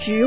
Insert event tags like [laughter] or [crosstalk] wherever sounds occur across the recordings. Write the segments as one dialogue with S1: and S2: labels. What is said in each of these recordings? S1: 直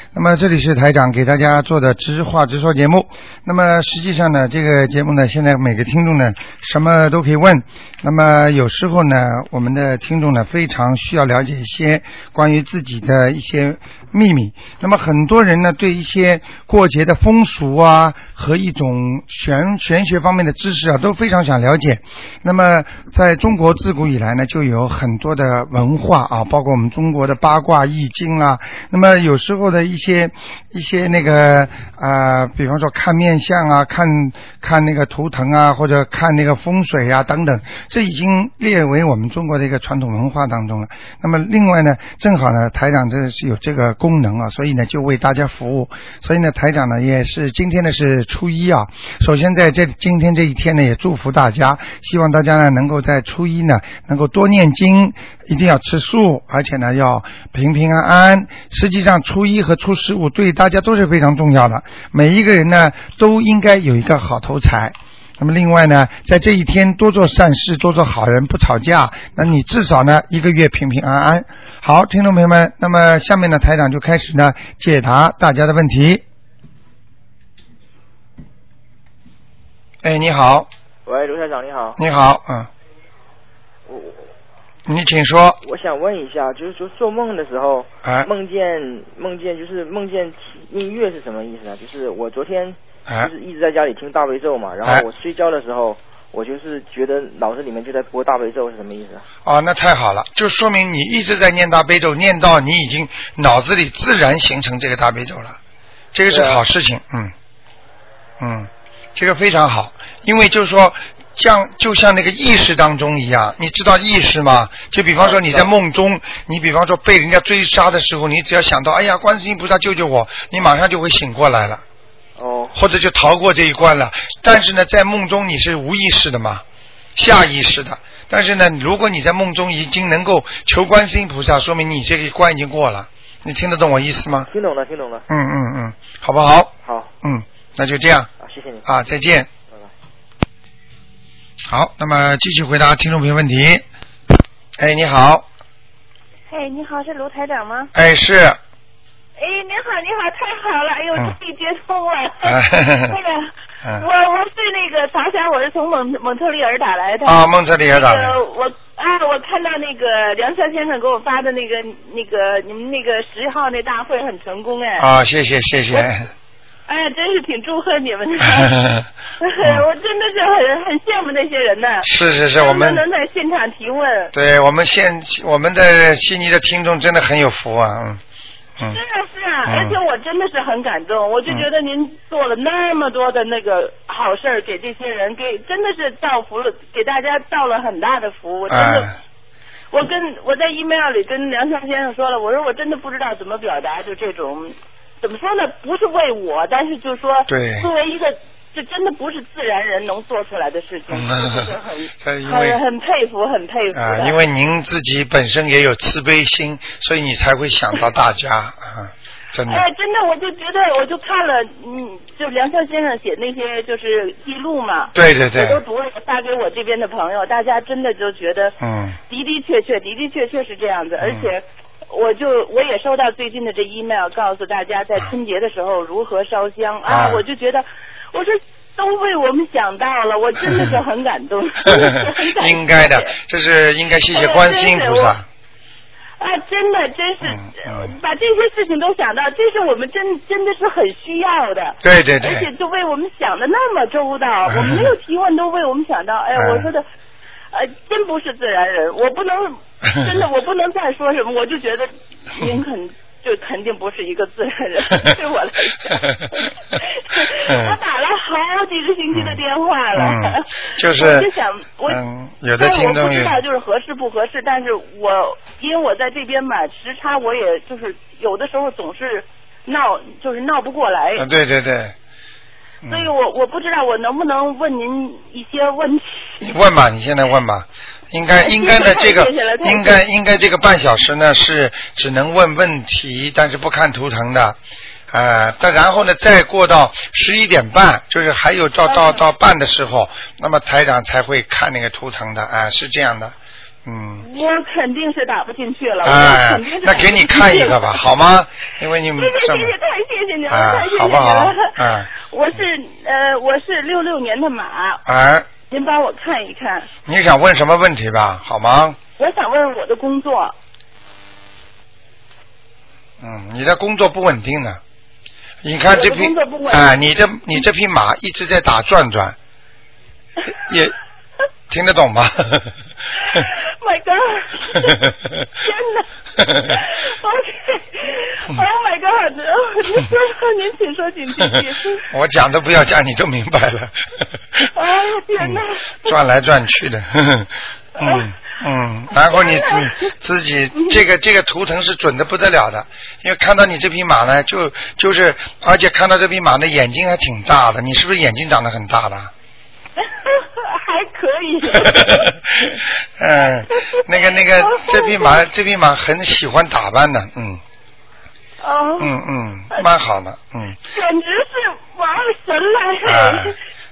S2: 那么这里是台长给大家做的直话直说节目。那么实际上呢，这个节目呢，现在每个听众呢，什么都可以问。那么有时候呢，我们的听众呢，非常需要了解一些关于自己的一些秘密。那么很多人呢，对一些过节的风俗啊，和一种玄玄学方面的知识啊，都非常想了解。那么在中国自古以来呢，就有很多的文化啊，包括我们中国的八卦、易经啊。那么有时候的一些一些那个啊、呃比方说看面相啊，看看那个图腾啊，或者看那个风水啊等等，这已经列为我们中国的一个传统文化当中了。那么另外呢，正好呢，台长这是有这个功能啊，所以呢就为大家服务。所以呢，台长呢也是今天呢是初一啊，首先在这今天这一天呢也祝福大家，希望大家呢能够在初一呢能够多念经，一定要吃素，而且呢要平平安安。实际上初一和初十五对大家都是非常重要的，每一个人呢都应该有一个好头彩。那么另外呢，在这一天多做善事，多做好人，不吵架，那你至少呢一个月平平安安。好，听众朋友们，那么下面呢台长就开始呢解答大家的问题。哎，你好，
S3: 喂，卢校长你好，
S2: 你好，嗯，
S3: 我我
S2: 你请说，
S3: 我想问一下，就是说做梦的时候，
S2: 哎
S3: 梦见梦见就是梦见音乐是什么意思呢？就是我昨天
S2: 哎
S3: 就是一直在家里听大悲咒嘛，然
S2: 哎
S3: 后我睡觉的时候，我就是觉得脑子里面就在播大悲咒是什么意思？啊
S2: 哦，那太好了，就说明你一直在念大悲咒，念到你已经脑子里自然形成这个大悲咒了，这个是
S3: 对啊
S2: 好事情，嗯，嗯，这个非常好，因为就是说。像就像那个意识当中一样，你知道意识吗？就比方
S3: 嗯
S2: 说你在梦中，你比方说被人家追杀的时候，你只要想到，哎呀，观世音菩萨救救我，你马上就会醒过来了。
S3: 哦
S2: 或者就逃过这一关了。但是呢，在梦中你是无意识的嘛，下意识的。但是呢，如果你在梦中已经能够求观世音菩萨，说明你这个关已经过了。你听得懂我意思吗？
S3: 听懂了，听懂了，
S2: 嗯嗯嗯，好不好？
S3: 好
S2: 嗯，那就这样
S3: 啊，谢谢你，
S2: 啊，再见。
S3: 拜拜。
S2: 好，那么继续回答听众朋友问题。哎，你好，
S4: 哎，你好，是卢台长吗？
S2: 哎是，
S4: 哎，你好，你好，太好了！哎呦，
S2: 嗯
S4: 终于接通了。
S2: 哎
S4: [laughs] 那个，
S2: 嗯
S4: 我我是那个长沙，我是从蒙蒙特利尔打来的。
S2: 啊，蒙特利尔打
S4: 那
S2: 来
S4: 个
S2: 的，
S4: 我啊，我看到那个梁山先生给我发的那个那个你们那个十号那大会很成功哎，
S2: 啊，谢谢谢谢， [laughs]
S4: 哎，真是挺祝贺你们的， [laughs]
S2: 嗯
S4: 我真的是很很羡慕那些人呢。
S2: 是是是，我们
S4: 他能在现场提问，
S2: 对我们现我们的悉尼的听众真的很有福啊，嗯嗯
S4: 是啊是啊，
S2: 嗯
S4: 而且我真的是很感动，我就觉得您做了那么多的那个好事儿给这些人，给真的是造福了，给大家造了很大的福。我真的，
S2: 哎
S4: 我跟我在 email 里跟梁山先生说了，我说我真的不知道怎么表达，就这种怎么说呢？不是为我，但是就说
S2: 对
S4: 作为一个。这真的不是自然人能做出来的事情，
S2: 嗯
S4: 就是
S2: [laughs] 哎
S4: 很
S2: 因为
S4: 很很佩服，很佩服的。
S2: 啊，因为您自己本身也有慈悲心，所以你才会想到大家啊，真的，
S4: 哎，真的，我就觉得，我就看了，嗯，就梁山先生写那些就是记录嘛，
S2: 对对
S4: 我都
S2: 对，
S4: 读了，发给我这边的朋友，大家真的就觉得 [laughs]
S2: 嗯
S4: 的的确确，的的确确是这样子，而且。我就我也收到最近的这 email，告诉大家在春节的时候如何烧香啊
S2: 啊，
S4: 我就觉得，我说都为我们想到了，我
S2: [laughs]
S4: 真的是很感动，真的是很感谢
S2: 应该的，这是应该谢谢观世音菩萨，
S4: 啊，真的，真是、
S2: 嗯嗯
S4: 把这些事情都想到，这是我们真真的是很需要的。
S2: 对对
S4: 而且
S2: 对，
S4: 就为我们想的那么
S2: [laughs]
S4: 周到，我们没有提问都为我们想到。哎，
S2: 嗯
S4: 我说的，呃，真不是自然人，我
S2: [laughs]
S4: 不能，真的我不能再说什么，我就觉得您肯。就肯定不是一个自然人，对我来
S2: [laughs]
S4: 讲， [laughs] 我打了好几个星期的电话了，
S2: 嗯，就是
S4: 我就想我
S2: 嗯，有的
S4: 但是
S2: 听
S4: 我
S2: 众
S4: 不
S2: 有
S4: 知。道就是合适不合适，但是我因为我在这边嘛，时差我也
S2: 嗯
S4: 就是有的时候总是闹，就是闹不过来。
S2: 啊，对对对，
S4: 哎所以我我不知道我能不能问您一些问题。
S2: 你问吧，你现在问吧。应该应该呢，这个
S4: 哎谢谢了谢谢
S2: 应该应该这个半小时呢是只能问问题，但是不看图腾的，啊，但然后呢再过到十一点半，就是还有
S4: 嗯
S2: 到到到半的时候，那么台长才会看那个图腾的，啊，是这样的，嗯，
S4: 我肯定是打不进去了，我
S2: 哎
S4: 肯定是，
S2: 那
S4: 打不
S2: 给
S4: 进去
S2: 你看一个
S4: [laughs]
S2: 吧，好嗯吗？因为你
S4: 谢
S2: 们
S4: 谢
S2: 这
S4: 谢
S2: 么
S4: 谢，太谢谢您了，
S2: 啊
S4: 太谢谢
S2: 好
S4: 您
S2: 不好
S4: 了。
S2: 嗯
S4: [laughs] 我是呃，我是六六年的马，
S2: 哎，
S4: 您帮我看一看。
S2: 你想问什么问题吧？好吗？
S4: 我想问问我的工作，
S2: 嗯，你的工作不稳定呢。你看这匹
S4: 我的工作不稳定
S2: 啊，你这你这匹马一直在打转
S4: [laughs]
S2: 转，也听得懂吗
S4: My God，
S2: [laughs]
S4: 天哪！OK，Oh
S2: [laughs]
S4: my God，您哦说您请说，请继续。
S2: 我讲都不要讲，你都明白
S4: [laughs]
S2: 了。
S4: 哎呀天哪
S2: 嗯转来转去
S4: [laughs]
S2: 的，嗯嗯，然后你自自己
S4: 嗯
S2: 这个这个图腾是准的不得了的，因为看到你这匹马呢，就就是，而且看到这匹马呢，眼睛还挺大的，你是不是眼睛长得很大的？
S4: 还可以。
S2: [laughs] 嗯，那个那个，这匹马这匹马很喜欢打扮的，嗯
S4: 哦，
S2: 嗯嗯，蛮好的，嗯。
S4: 简直是玩儿神来。
S2: 啊，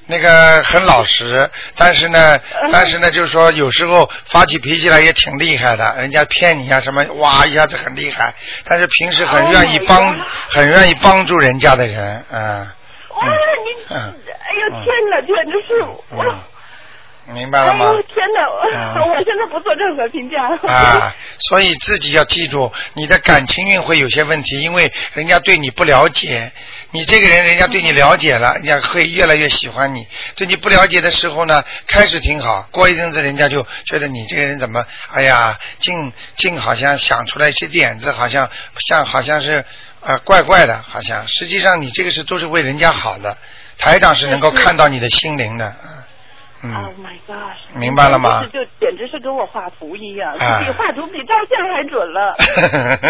S2: 那个很老实，但是呢，但是呢，就是说有时候发起脾气来也挺厉害的，人家骗你啊什么，哇一下子很厉害，但是平时很
S4: Oh
S2: 愿意
S4: my
S2: 帮
S4: God
S2: 很愿意帮助人家的人，啊，
S4: 哇，你，
S2: 嗯
S4: 哎呦天哪，简直是我。
S2: 嗯，明白了
S4: 哎
S2: 吗？
S4: 呦天哪，我
S2: 嗯
S4: [laughs] 我现在不做任何评价。 [laughs]
S2: 啊，所以自己要记住，你的感情运会有些问题，因为人家对你不了解，你这个人人家对你了解了，人家会越来越喜欢你。对你不了解的时候呢，开始挺好，过一阵子人家就觉得你这个人怎么，哎呀，竟竟好像想出来一些点子，好像像好像是啊、呃怪怪的，好像实际上你这个是都是为人家好的，台长是能够看到你的心灵的，嗯。
S4: Oh my gosh！
S2: 明白了吗
S4: 就就简直是给我画图一样，
S2: 啊。
S4: 比画图比照相还准
S2: [laughs]
S4: 了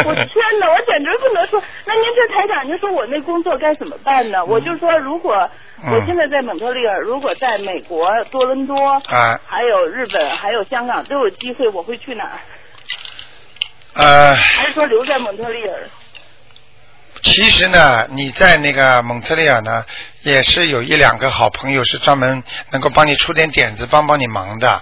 S4: 我天哪，我简直不能说。那您这台长，您说我那工作该怎么办呢？我就说，如果
S2: 嗯
S4: 我现在在蒙特利尔，如果在美国多伦多，
S2: 啊
S4: 还有日本，还有香港都有机会，我会去哪儿？
S2: 呃。
S4: 还是说留在蒙特利尔？
S2: 其实呢，你在那个蒙特利尔呢，也是有一两个好朋友是专门能够帮你出点点子，帮帮你忙的。嗯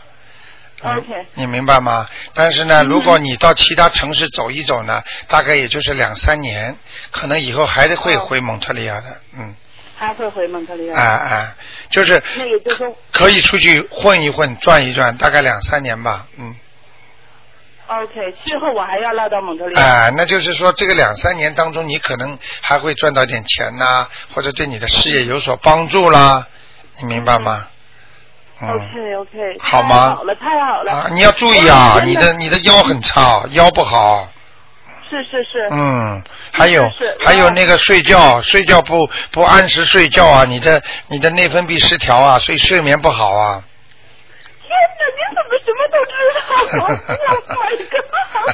S4: OK 嗯
S2: 你明白吗？但是呢，如果你到其他城市走一走呢，大概也就是两三年，可能以后还是会
S4: 哦
S2: 回蒙特利尔的。嗯，
S4: 还会回蒙特利尔？
S2: 啊啊，就是
S4: 那也就是说
S2: 可以出去混一混、转一转，大概两三年吧。嗯，
S4: ，OK，之后我还要落到蒙特利尔。
S2: 啊，那就是说这个两三年当中，你可能还会赚到点钱呐、或者对你的事业有所帮助啦，你明白吗？嗯，
S4: OK OK，
S2: 好吗
S4: 好了，太哦好了。
S2: 啊，你要注意啊
S4: 我，真
S2: 你的你的腰很差，腰不好，
S4: 是是是，
S2: 嗯，还有
S4: 是是
S2: 还有那个睡觉，睡觉不不按时睡觉啊，你的你的内分泌失调啊，所以睡眠不好啊。
S4: 天哪，您怎么什么都
S2: [laughs]
S4: 知道？我，Oh 不要买个！我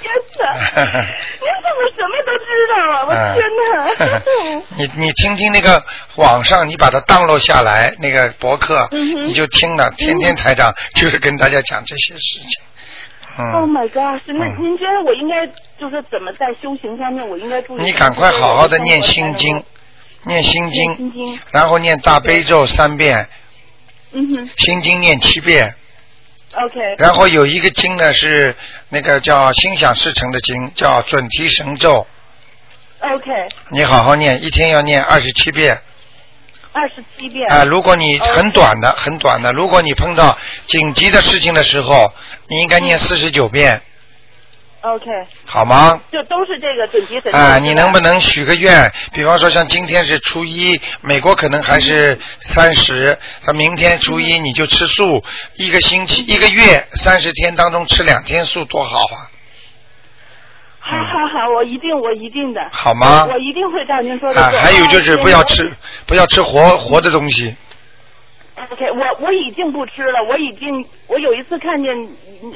S4: 天哪，您怎么什么都知道啊？我
S2: 哎
S4: 天哪！ [laughs]
S2: 你 [laughs] 你听听那个网上，你把它当落下来那个博客，
S4: 嗯哼
S2: 你就听了，天天台
S4: [laughs]
S2: 长就是跟大家讲这些事情。[laughs]
S4: Oh
S2: 嗯，
S4: my god！那
S2: 嗯
S4: 您觉得我应该就是怎么在修行方面，我应该注意？
S2: 你赶快好好的念心经，念心
S4: 念
S2: 经，
S4: 心经，
S2: 然后念大悲咒三遍，
S4: 嗯哼
S2: 心经念七遍，
S4: ，OK，
S2: 然后有一个经呢是那个叫心想事成的经，叫准提神咒，
S4: OK，
S2: 你好好念，一天要念二十七遍。
S4: 二十七遍。
S2: 啊、如果你
S4: 哦
S2: 很短的、很短的，如果你碰到紧急的事情的时候，你应该念四十九遍，
S4: OK，
S2: 好吗？
S4: 就都是这个准提神咒。
S2: 啊、
S4: 是吧
S2: 你能不？能许个愿？比方说，像今天是初一，美国可能还是三十，那明天初一你就吃素，一个星期、一个月三十天当中吃两天素，多好啊！
S4: 好好好，我一定，我一定的。
S2: 好吗
S4: 我一定会照您说的
S2: 啊、
S4: 做。
S2: 还有就是不要
S4: 哎
S2: 吃，不要吃活活的东西，
S4: 哎 OK，我我已经不吃了，我已经我有一次看见，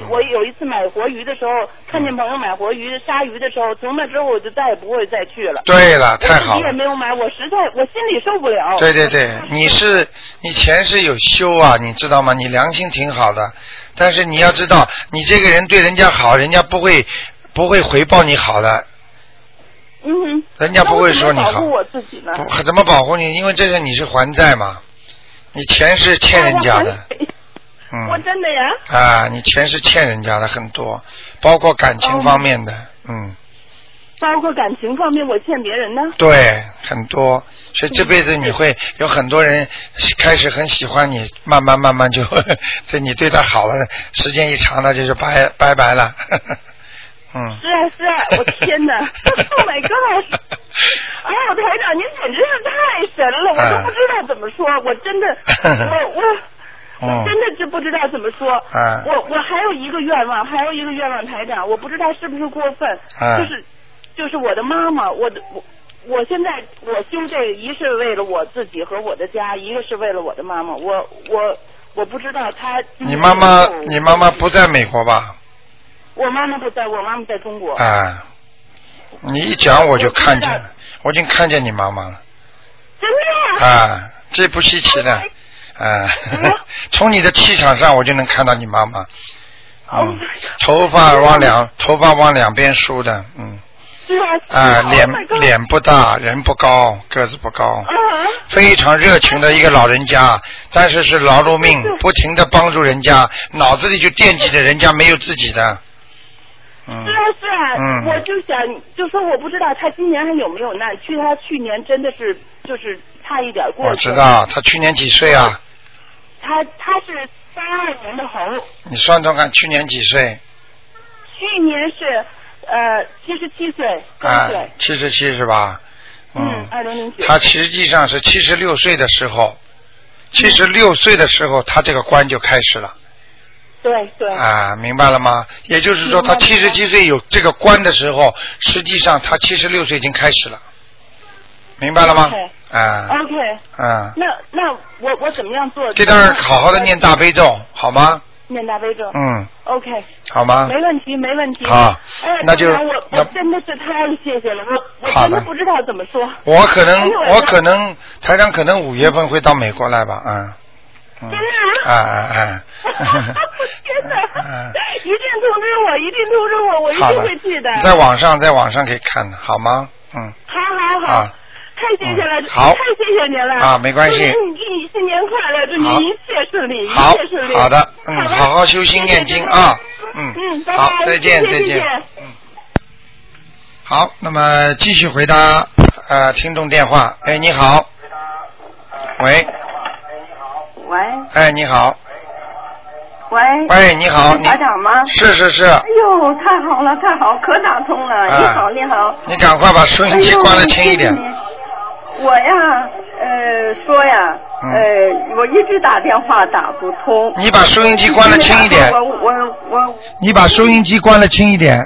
S4: 我有一次买活鱼的时候，看
S2: 嗯
S4: 见朋友买活鱼、杀鱼的时候，从那之后我就再也不会再去了。
S2: 对了，太好
S4: 你也
S2: 了。
S4: 没有买，我实在我心里受不了。
S2: 对对对，你是你前世有修啊，你知道吗？你良心挺好的，但是你要知道，你这个人对人家好，人家不会不会回报你好的，
S4: 嗯哼。
S2: 人家不会说你好
S4: 那我怎么保护我自己呢？
S2: 不怎么保护你？因为这是你是还债嘛，你前世欠人家的，
S4: 哦我
S2: 嗯
S4: 真的呀。
S2: 啊，你前世欠人家的很多，包括感
S4: 哦
S2: 情方面的，嗯，
S4: 包括感情方面，我欠别人呢。
S2: 对，很多，所以这辈子你会有很多人开始很喜欢你，慢慢慢慢就 [laughs] 对你对他好了，时间一长那就是拜拜拜了， [laughs] 嗯，
S4: 是啊
S2: [laughs]
S4: 是啊，我天哪！Oh my god！哎呀，台长，您简直是太神了，我
S2: 哎
S4: 都不知道怎么说，我
S2: [laughs]
S4: 真的，我我。我
S2: 嗯
S4: 真的是不知道怎么说。
S2: 嗯
S4: 我我还有一个愿望，还有一个愿望，台长，我不知道是不是过分，
S2: 嗯
S4: 就是就是我的妈妈，我的我。我现在我修这个，一是为了我自己和我的家，一个是为了我的妈妈。我我我不知道她。
S2: 你妈妈你妈妈不在美国吧？
S4: 我妈妈不在，我妈妈在中国。
S2: 啊，你一讲我就看见了，我已经看见你妈妈了
S4: 真的呀？
S2: 啊，这不稀奇的啊， [laughs] 从你的气场上我就能看到你妈妈，嗯，头发往两头发往两边梳的，嗯
S4: 是啊。是
S2: 啊，
S4: Oh
S2: 脸
S4: my God
S2: 脸不大，人不高，个子不高，
S4: 啊，
S2: 非常热情的一个老人家，但是是劳碌
S4: Oh
S2: 命，不停的帮助人家，脑子里就惦记着人家没有自己的，嗯
S4: 是啊是啊，
S2: 嗯
S4: 我就想就说我不知道他今年还有没有难，去他去年真的是就是差一点过去了。
S2: 我知道他去年几岁啊？
S4: 他他是三二年的猴，
S2: 你算算看，去年几岁？
S4: 去年是呃七十七岁，
S2: 啊
S4: 刚岁，，
S2: 七十七是吧？
S4: 嗯，二零零九。
S2: 他实际上是七十六岁的时候，七十六岁的时候，他这个关就开始了
S4: 对对，
S2: 啊，明白了吗？也就是说，他
S4: 明白
S2: 七十七岁有这个关的时候，实际上他七十六岁已经开始了，明白了吗？啊
S4: OK，
S2: 啊，
S4: 那那我我怎么样做？
S2: 这段好好的念大悲咒，好吗？
S4: 念大悲咒。
S2: 嗯，
S4: OK，
S2: 好吗？
S4: 没问题，没问题。
S2: 啊好
S4: 哎呀
S2: 那就
S4: 台长我
S2: 那
S4: 我真的是太谢谢了，我我
S2: 好
S4: 真
S2: 的嗯
S4: 的不知道怎么说。
S2: 我可能
S4: 哎呦，
S2: 我可能，台长可能五月份会到美国来吧，啊，嗯，
S4: 真的，
S2: 啊啊啊
S4: [laughs] 天
S2: 嗯
S4: 哪！一定通知我，一定通知我，我一
S2: 好的
S4: 定会去的。
S2: 你在网上，在网上可以看的，好吗？嗯，
S4: 好好好，
S2: 啊
S4: 太谢谢了，
S2: 嗯好
S4: 太谢谢您了
S2: 啊没关系
S4: 祝您祝你新年快乐，祝
S2: 好
S4: 您一切顺利，一
S2: 好
S4: 切顺利。
S2: 好的，嗯，
S4: 好吧
S2: 好好修心念经啊，嗯
S4: 嗯，，拜
S2: 好
S4: 拜，
S2: 再见
S4: 谢谢
S2: 再
S4: 谢
S2: 见
S4: 谢，
S2: 嗯，好，那么继续回答呃听众电话，哎你好，喂，
S5: 喂
S2: 哎你好，
S5: 喂，
S2: 喂你好，
S5: 是
S2: 哎你
S5: 台长吗？
S2: 是是是，
S5: 哎呦，太好了，太好，可打通了！
S2: 啊
S5: 你好，你好。
S2: 你赶快把收
S5: 哎
S2: 音机
S5: 呦，
S2: 关了轻一
S5: 谢
S2: 点
S5: 谢，你我呀，呃，说呀，
S2: 嗯
S5: 呃，我一直打电话打不通。
S2: 你把收音机关了轻一点
S5: 我我我，
S2: 你把收音机关了轻一点。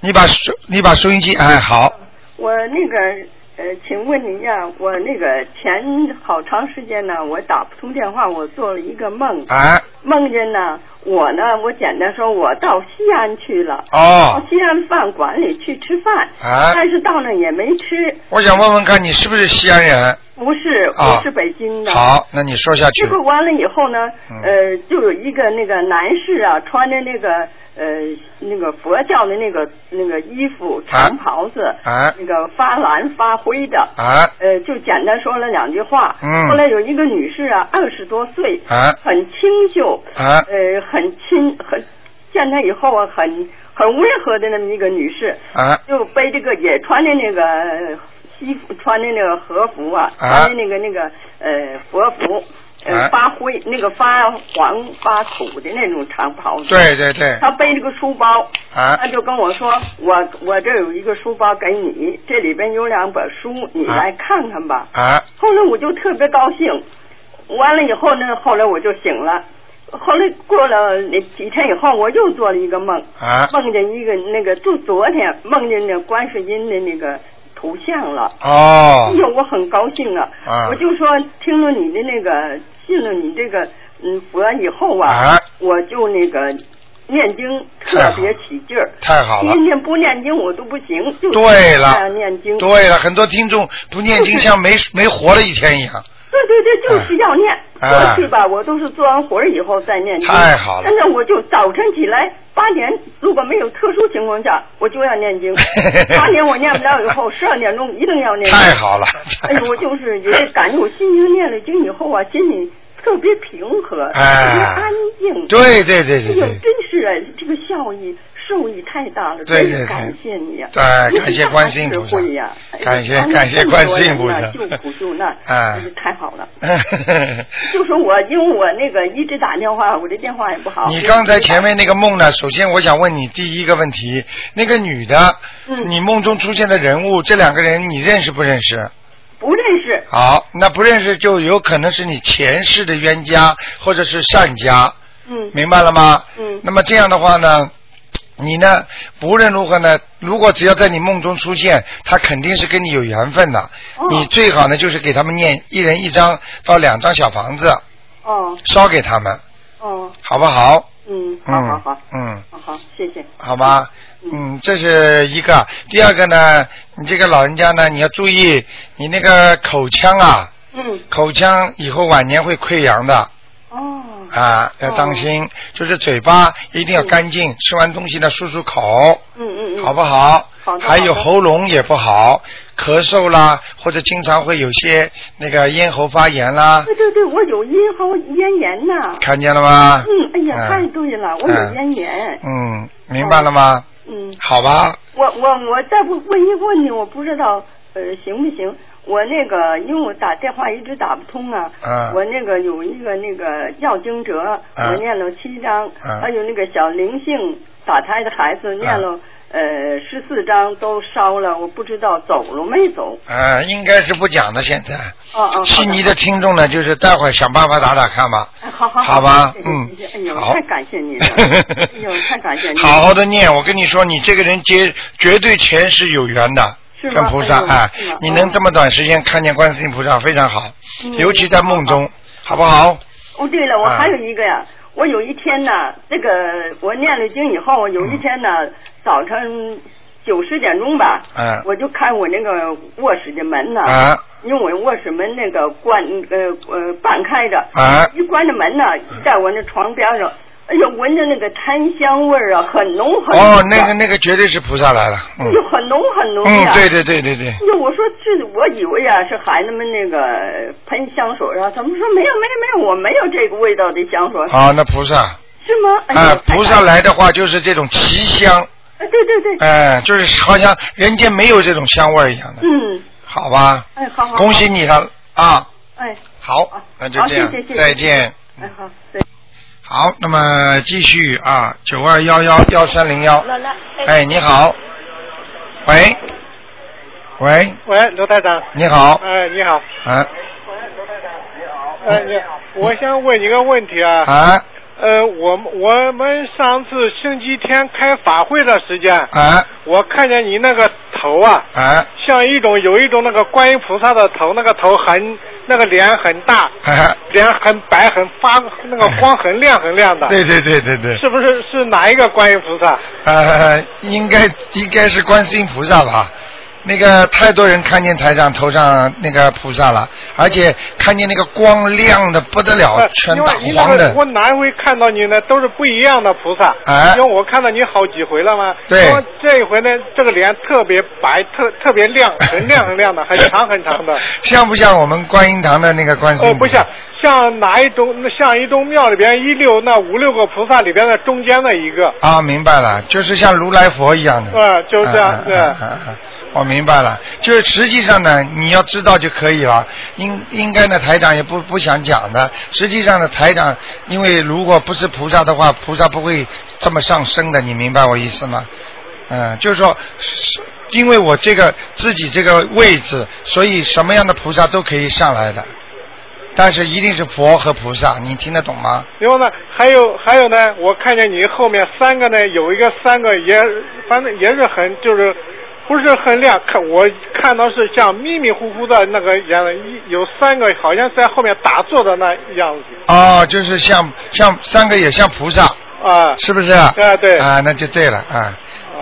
S2: 你把收你把收音机哎好，
S5: 我那个呃，请问您呀，我那个前好长时间呢，我打不通电话，我做了一个梦，
S2: 哎
S5: 梦见呢，我呢，我简单说，我到西安去了，到
S2: 哦
S5: 西安饭馆里去吃饭，
S2: 哎，
S5: 但是到那也没吃，
S2: 我想问问看你是不是西安人？
S5: 不是，
S2: 啊
S5: 我是北京的。
S2: 好，那你说下去
S5: 结。果完了以后呢，
S2: 嗯
S5: 呃，就有一个那个男士啊，穿着那个呃那个佛教的那个那个衣服长袍子，
S2: 啊
S5: 那个发蓝发灰的，
S2: 哎
S5: 呃，就简单说了两句话。
S2: 嗯
S5: 后来有一个女士啊，二十多岁，
S2: 哎
S5: 很清秀，
S2: 哎
S5: 呃，很亲，很见她以后啊，很很温和的那么一个女士，
S2: 哎
S5: 就背这个也穿着那个西服，穿着那个和服啊，
S2: 啊
S5: 穿着那个那个呃佛服，
S2: 啊
S5: 呃发灰那个发黄发土的那种长袍子。
S2: 对对对，
S5: 他背着个书包，
S2: 啊
S5: 他就跟我说：“我我这有一个书包给你，这里边有两本书，你
S2: 啊
S5: 来看看吧。
S2: 哎
S5: 后来我就特别高兴，完了以后呢，后来我就醒了。后来过了几天以后，我又做了一个梦，
S2: 哎
S5: 梦见一个那个，就昨天梦见那观世音的那个图像了。
S2: 哦
S5: 哎，呦，我很高兴啊！
S2: 啊
S5: 我就说听了你的那个，信了你这个嗯佛以后啊，
S2: 啊
S5: 我就那个念经
S2: 太
S5: 特
S2: 好
S5: 别起劲儿。
S2: 太好了
S5: 天。天不念经我都不行，就
S2: 对了
S5: 天天念经。
S2: 对了，很多听众不念经像没没活了一天一样。
S5: 对对对，就是要念。
S2: 啊
S5: 过去吧，我都是做完活儿以后再念经。
S2: 太好了。
S5: 现在我就早晨起来八点，如果没有特殊情况下，我就要念经
S2: [laughs]
S5: 八点我念不了以后，十二点钟一定要念经。
S2: 太好了。
S5: 哎呦，我就是也感觉我心情念了经以后啊，心里特别平和，特别
S2: 哎
S5: 安静。
S2: 对对对
S5: 哎
S2: 对对
S5: 呦，真。是哎，这个效益受益太大了，
S2: 对
S5: 真
S2: 对对
S5: 是感谢你呀！
S2: 对感谢观世音菩萨
S5: 你大智慧呀
S2: 感谢
S5: 哎呦
S2: 感谢观世音菩萨
S5: 帮助这么多人呐啊救苦救难，
S2: [laughs] 哎
S5: 真是太好了。
S2: [laughs]
S5: 就说我，因为我那个一直打电话，我这电话也不好。
S2: 你刚才前面那个梦呢？首先我想问你第一个问题，那个女的，
S5: 嗯
S2: 你梦中出现的人物，这两个人你认识不认识？
S5: 不认识，
S2: 好，那不认识就有可能是你前世的冤家或者是善家，
S5: 嗯
S2: 明白了吗？
S5: 嗯
S2: 那么这样的话呢，你呢，无论如何呢，如果只要在你梦中出现，他肯定是跟你有缘分的。
S5: 哦
S2: 你最好呢，就是给他们念一人一张到两张小房子，
S5: 哦
S2: 烧给他们，
S5: 哦，
S2: 好不好？
S5: 嗯，好
S2: 嗯，
S5: 好好，
S2: 嗯。
S5: 好好，谢谢。
S2: 好吧，
S5: 嗯
S2: 嗯，这是一个。第二个呢，你这个老人家呢，你要注意你那个口腔啊，
S5: 嗯，
S2: 口腔以后晚年会溃疡的
S5: 哦，
S2: 啊，要当心。就是嘴巴一定要干净，吃完东西呢漱漱口，
S5: 嗯嗯嗯，
S2: 好不好？
S5: 好的
S2: 还有
S5: 好的
S2: 喉咙也不好，咳嗽啦，或者经常会有些那个咽喉发炎啦，
S5: 对对对，我有咽喉咽炎呐。
S2: 看见了吗？
S5: 嗯，哎呀，太
S2: 嗯
S5: 对了，我有咽炎。
S2: 嗯，明白了吗？
S5: 嗯，
S2: 好吧，
S5: 我我我再不问一问你，我不知道呃行不行。我那个，因为我打电话一直打不通啊。
S2: 嗯
S5: 我那个有一个那个药经折，
S2: 嗯
S5: 我念了七章，
S2: 嗯
S5: 还有那个小灵性打胎的孩
S2: 啊
S5: 子念了、呃十四章都烧了，我不知道走了没走。
S2: 呃，应该是不讲的现在。
S5: 哦哦，
S2: 悉尼的听众呢，就是待会儿想办法打打看吧。
S5: 哎好好
S2: 好吧
S5: 谢，谢
S2: 嗯
S5: 谢谢哎，呦
S2: 好，
S5: 太感谢
S2: [laughs]
S5: 你了哎呦太感谢你了
S2: 好好的念，我跟你说，你这个人绝绝对前世有缘的。
S5: 是吗
S2: 跟菩萨
S5: 哎呦
S2: 啊
S5: 是吗，
S2: 你能
S5: 哦
S2: 这么短时间看见观世音菩萨非常好，
S5: 嗯
S2: 尤其在梦中，好不好？
S5: 哦，对了，我
S2: 啊
S5: 还有一个呀，我有一天呢，这个我念了经以后，有
S2: 嗯
S5: 一天呢，早晨九十点钟吧，
S2: 嗯
S5: 我就看我那个卧室的门呢，
S2: 啊
S5: 因为我卧室门那个关呃呃半开着，
S2: 啊嗯
S5: 一关着门呢，在我那床边上，哎呦，闻着那个檀香味儿啊，很浓很浓的。
S2: 哦，那个那个绝对是菩萨来了，嗯
S5: 哎呦，很浓很浓
S2: 嗯
S5: 呀。，
S2: 对对对对对，
S5: 哎呦，我说这，我以为啊是孩子们那个喷香水啊，他们说没有没有没有，我没有这个味道的香水，
S2: 好，那菩萨
S5: 是吗？哎呦
S2: 啊，菩萨，
S5: 太感
S2: 来的话就是这种奇香，
S5: 哎对对对，
S2: 哎，就是好像人间没有这种香味儿一样的，
S5: 嗯，
S2: 好吧？
S5: 哎，好好，好
S2: 恭喜，你了啊！
S5: 哎，
S2: 好
S5: 好，
S2: 那就这样
S5: 好谢谢谢，谢
S2: 再见。
S5: 哎好，对。
S2: 好，那么继续啊，九二幺幺幺三零幺。哎，你好。喂，喂，
S6: 喂，罗台长。
S2: 你好，
S6: 哎、你好。
S2: 啊
S6: 哎、你好，我想问一个问题啊。
S2: 啊
S6: 呃，我们我们上次星期天开法会的时间，
S2: 啊
S6: 我看见你那个头啊，
S2: 啊
S6: 像一种有一种那个观音菩萨的头，那个头很那个脸很大，
S2: 啊！
S6: 脸很白，很发那 [laughs] 个光很亮很亮的。
S2: 对对对对对，
S6: 是不是是哪一个观音菩萨？
S2: 呃，应该应该是观世音菩萨吧。那个太多人看见台长头上那个菩萨了，而且看见那个光亮的不得了
S6: 呃，
S2: 全
S6: 因为
S2: 打
S6: 你那
S2: 黄
S6: 个
S2: 的。
S6: 我哪回看到你呢？都是不一样的菩萨。
S2: 哎
S6: 因为我看到你好几回了嘛。
S2: 对
S6: 因为这一回呢，这个脸特别白，特特
S2: [laughs]
S6: 别亮，很亮很亮的，很长很长的。
S2: 像不像我们观音堂的那个观世音？
S6: 哦，不像。像哪一种，像一栋庙里边一溜那五六个菩萨里边的中间的一个。
S2: 啊，明白了，就是像如来佛一样的。
S6: 啊就是这样对
S2: 啊啊啊啊我明白了，就是实际上呢，你要知道就可以了。应应该呢，台长也不不想讲的。实际上呢，台长因为如果不是菩萨的话，菩萨不会这么上升的，你明白我意思吗？嗯，就是说，是因为我这个自己这个位置，所以什么样的菩萨都可以上来的，但是一定是佛和菩萨，你听得懂吗？
S6: 然后呢，还有还有呢，我看见你后面三个呢，有一个三个也，反正也是很就是不是很亮，看我看到是像迷迷糊糊的那个样子，一有三个好像在后面打坐的那样子
S2: 哦，就是像像三个也像菩萨，
S6: 啊。
S2: 是不是啊？
S6: 啊对
S2: 啊，那就对了啊啊！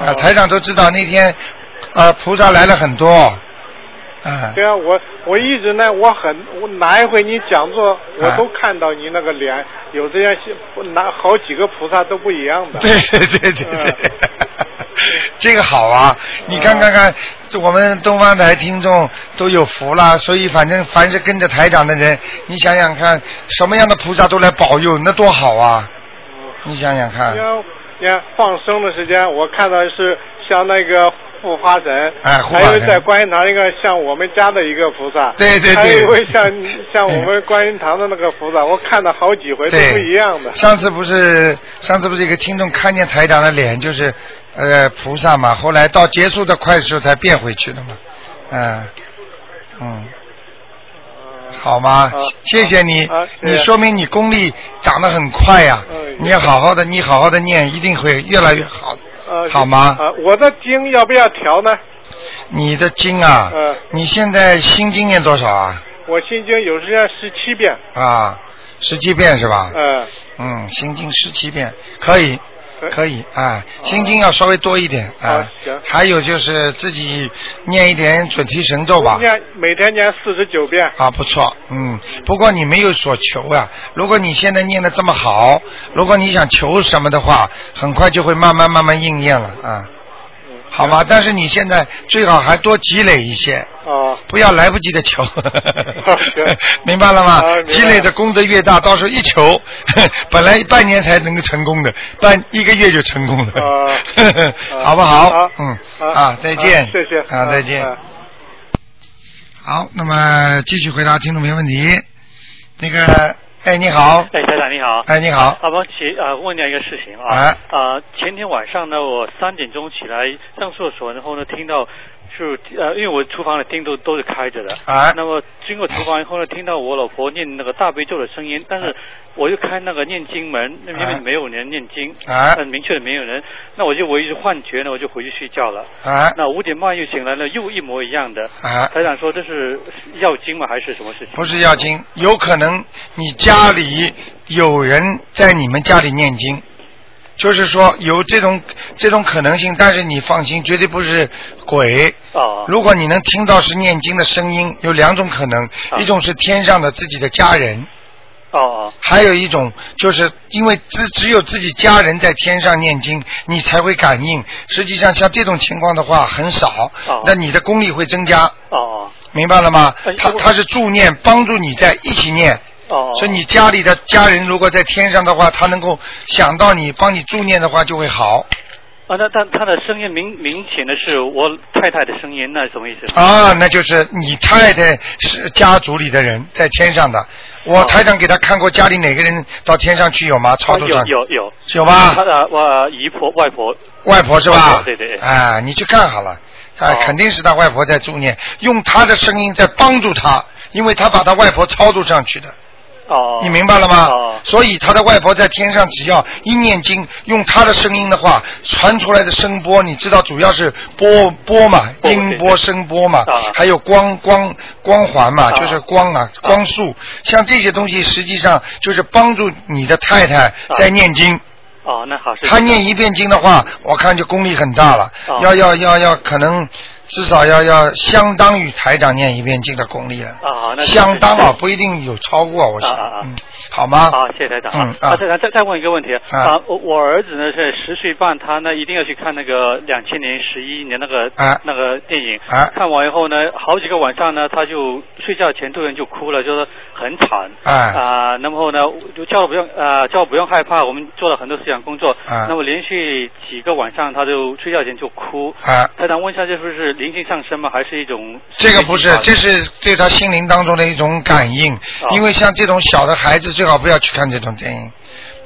S6: 哦
S2: 台长都知道那天，啊，菩萨来了很多，啊
S6: 对啊，我我一直呢，我很我哪一回你讲座，我都看到你那个脸有这样些，哪好几个菩萨都不一样的。
S2: 对对对对对
S6: 嗯，
S2: [laughs] 这个好啊！你看看看，我们东方台听众都有福啦，所以反正凡是跟着台长的人，你想想看，什么样的菩萨都来保佑，那多好啊！
S6: 哦
S2: 你想想看
S6: 你，看，你看放生的时间，我看到是像那个护法神，
S2: 哎护法
S6: 还
S2: 神
S6: 有在观音堂一个像我们家的一个菩萨，
S2: 对对对
S6: 还有一位像像我们观音堂的那个菩萨，我看了好几回都
S2: 对
S6: 不一样的。
S2: 上次不是上次不是一个听众看见台长的脸就是呃菩萨嘛，后来到结束的快的时候才变回去的嘛，嗯、
S6: 啊
S2: 嗯，好吗？
S6: 好
S2: 谢谢你，
S6: 好啊谢谢
S2: 你说明你功力长得很快呀、
S6: 嗯
S2: 你要好好的，你好好的念，一定会越来越好的。
S6: 呃，
S2: 好吗
S6: 啊、我的经要不要调呢？
S2: 你的经啊，
S6: 嗯
S2: 你现在心经念多少啊？
S6: 我心经有时间十七遍，
S2: 啊，十七遍是吧？
S6: 嗯、
S2: 嗯，心经十七遍可以，
S6: 可
S2: 可以啊，心经要稍微多一点啊
S6: 啊哎哦行。
S2: 还有就是自己念一点准提神咒吧。
S6: 念每天念四十九遍。
S2: 啊，不错，嗯，不过你没有所求啊。如果你现在念的这么好，如果你想求什么的话，很快就会慢慢慢慢应验了啊，
S6: 嗯
S2: 好吗？但是你现在最好还多积累一些，
S6: 哦、
S2: 不要来不及的求
S6: 行，
S2: [laughs] 明白了吗
S6: 啊明白？了
S2: 积累的功德越大，到时候一求， [laughs] 本来半年才能够成功的，半一个月就成功了 [laughs]
S6: 啊，
S2: 好不好
S6: 好？
S2: 嗯，啊，再见，
S6: 啊谢谢
S2: 啊，再见。
S6: 啊
S2: 好，那么继续回答听众没问题。那个，哎，你好，
S7: 哎，台长你好。
S2: 哎，你好，
S7: 啊，我起啊、问你一个事情啊。
S2: 哎
S7: 啊，前天晚上呢，我三点钟起来上厕所，然后呢，听到是呃，因为我厨房的灯都都是开着的。
S2: 哎
S7: 那么经过厨房以后呢，听到我老婆念那个大悲咒的声音，但是我就开那个念经门，那因
S2: 哎
S7: 为没有人念经，
S2: 哎
S6: 呃
S7: 很明确的没有人，那我就我一直幻觉呢，我就回去睡觉了。
S2: 哎
S7: 那五点半又醒来了，又一模一样的。
S2: 哎，
S7: 台长说这是要经吗？还是什么事情？
S2: 不是要经，有可能你家里有人在你们家里念经，就是说有这种这种可能性，但是你放心，绝对不是鬼。
S7: 哦
S2: 如果你能听到是念经的声音，有两种可能，
S7: 啊
S2: 一种是天上的自己的家人，
S7: 哦哦
S2: 还有一种就是因为只只有自己家人在天上念经，你才会感应。实际上像这种情况的话很少
S7: 哦，
S2: 那你的功力会增加，
S7: 哦哦
S2: 明白了吗
S7: 哎？
S2: 他
S7: 如果
S2: 他是助念，帮助你在一起念。
S7: 哦。
S2: 所以你家里的家人如果在天上的话，他能够想到你，帮你助念的话就会好
S7: 啊，那但他的声音明明显的是我太太的声音，那是什么意思？
S2: 啊。那就是你太太是家族里的人在天上的。我
S7: 哦
S2: 台长给他看过家里哪个人到天上去有吗？超度上
S7: 有有有，
S2: 有吧？
S7: 他的我姨婆外婆
S2: 外婆是
S7: 外
S2: 吧？
S7: 婆对对哦
S2: 啊，你去看好了，啊，
S7: 好
S2: 肯定是他外婆在助念，用他的声音在帮助他，因为他把他外婆超度上去的，
S7: 哦，
S2: 你明白了吗？
S7: 哦
S2: 所以他的外婆在天上，只要一念经，用他的声音的话，传出来的声波，你知道主要是波波嘛，
S7: 波
S2: 音波、
S7: 对对
S2: 声波嘛
S7: 啊，
S2: 还有光光光环嘛，
S7: 啊
S2: 就是光啊，光束，像这些东西，实际上就是帮助你的太太
S7: 啊
S2: 在念经。
S7: 哦，那好，是
S2: 他念一遍经的话，我看就功力很大了，
S7: 哦
S2: 要要要要，可能至少要要相当于台长念一遍经的功力了。
S7: 啊那是
S2: 相当啊，不一定有超过，我想，
S7: 啊啊啊
S2: 嗯，好吗？
S7: 啊，谢谢台长
S2: 嗯啊
S7: 台长再再问一个问题
S2: 啊
S7: 啊，我我儿子呢是十岁半，他呢一定要去看那个两千年十一年那个
S2: 啊
S7: 那个电影
S2: 啊，
S7: 看完以后呢，好几个晚上呢，他就睡觉前突然就哭了，就是很惨
S2: 哎
S7: 啊，那么后呢就叫我不用啊，叫我不用害怕，我们做了很多思想工作
S2: 啊，
S7: 那么连续几个晚上他就睡觉前就哭。
S2: 啊，
S7: 台长问一下，这是不是灵性上升吗？还是一种
S2: 这个不是，
S7: 啊
S2: 这是对他心灵当中的一种感应。
S7: 哦
S2: 因为像这种小的孩子，最好不要去看这种电影，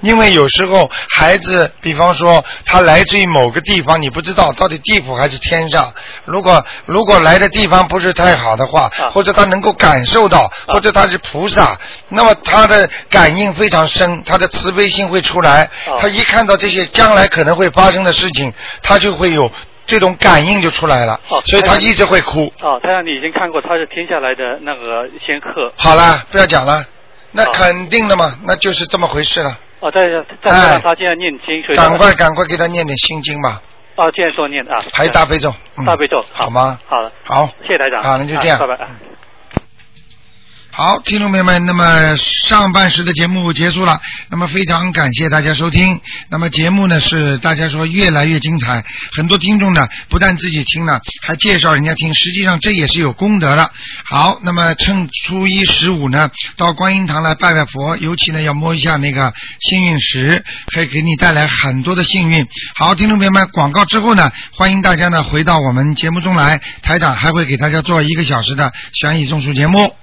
S2: 因为有时候孩子，比方说他来自于某个地方，你不知道到底地府还是天上。如果如果来的地方不是太好的话，
S7: 啊
S2: 或者他能够感受到，或者他是菩萨，那么他的感应非常深，他的慈悲心会出来。
S7: 啊
S2: 他一看到这些将来可能会发生的事情，他就会有这种感应就出来了，
S7: 哦
S2: 所以他一直会哭。
S7: 哦，太阳你已经看过他是天下来的那个仙客。
S2: 好啦，不要讲了，那肯定的嘛，那就是这么回事了。
S7: 哦，再再加上他现在念经，所以他
S2: 赶快赶快给他念点心经吧，
S7: 哦，现在多念啊。
S2: 还有大悲咒，嗯
S7: 大悲咒，
S2: 好吗？
S7: 好了，
S2: 好，
S7: 谢谢台长。
S2: 好那就这样
S7: 啊拜拜。
S2: 好，听众朋友们，那么上半时的节目结束了，那么非常感谢大家收听。那么节目呢是大家说越来越精彩，很多听众呢不但自己听了，还介绍人家听，实际上这也是有功德的。好，那么趁初一十五呢，到观音堂来拜拜佛，尤其呢要摸一下那个幸运石，可以给你带来很多的幸运。好，听众朋友们，广告之后呢，欢迎大家呢回到我们节目中来，台长还会给大家做一个小时的悬疑综述节目。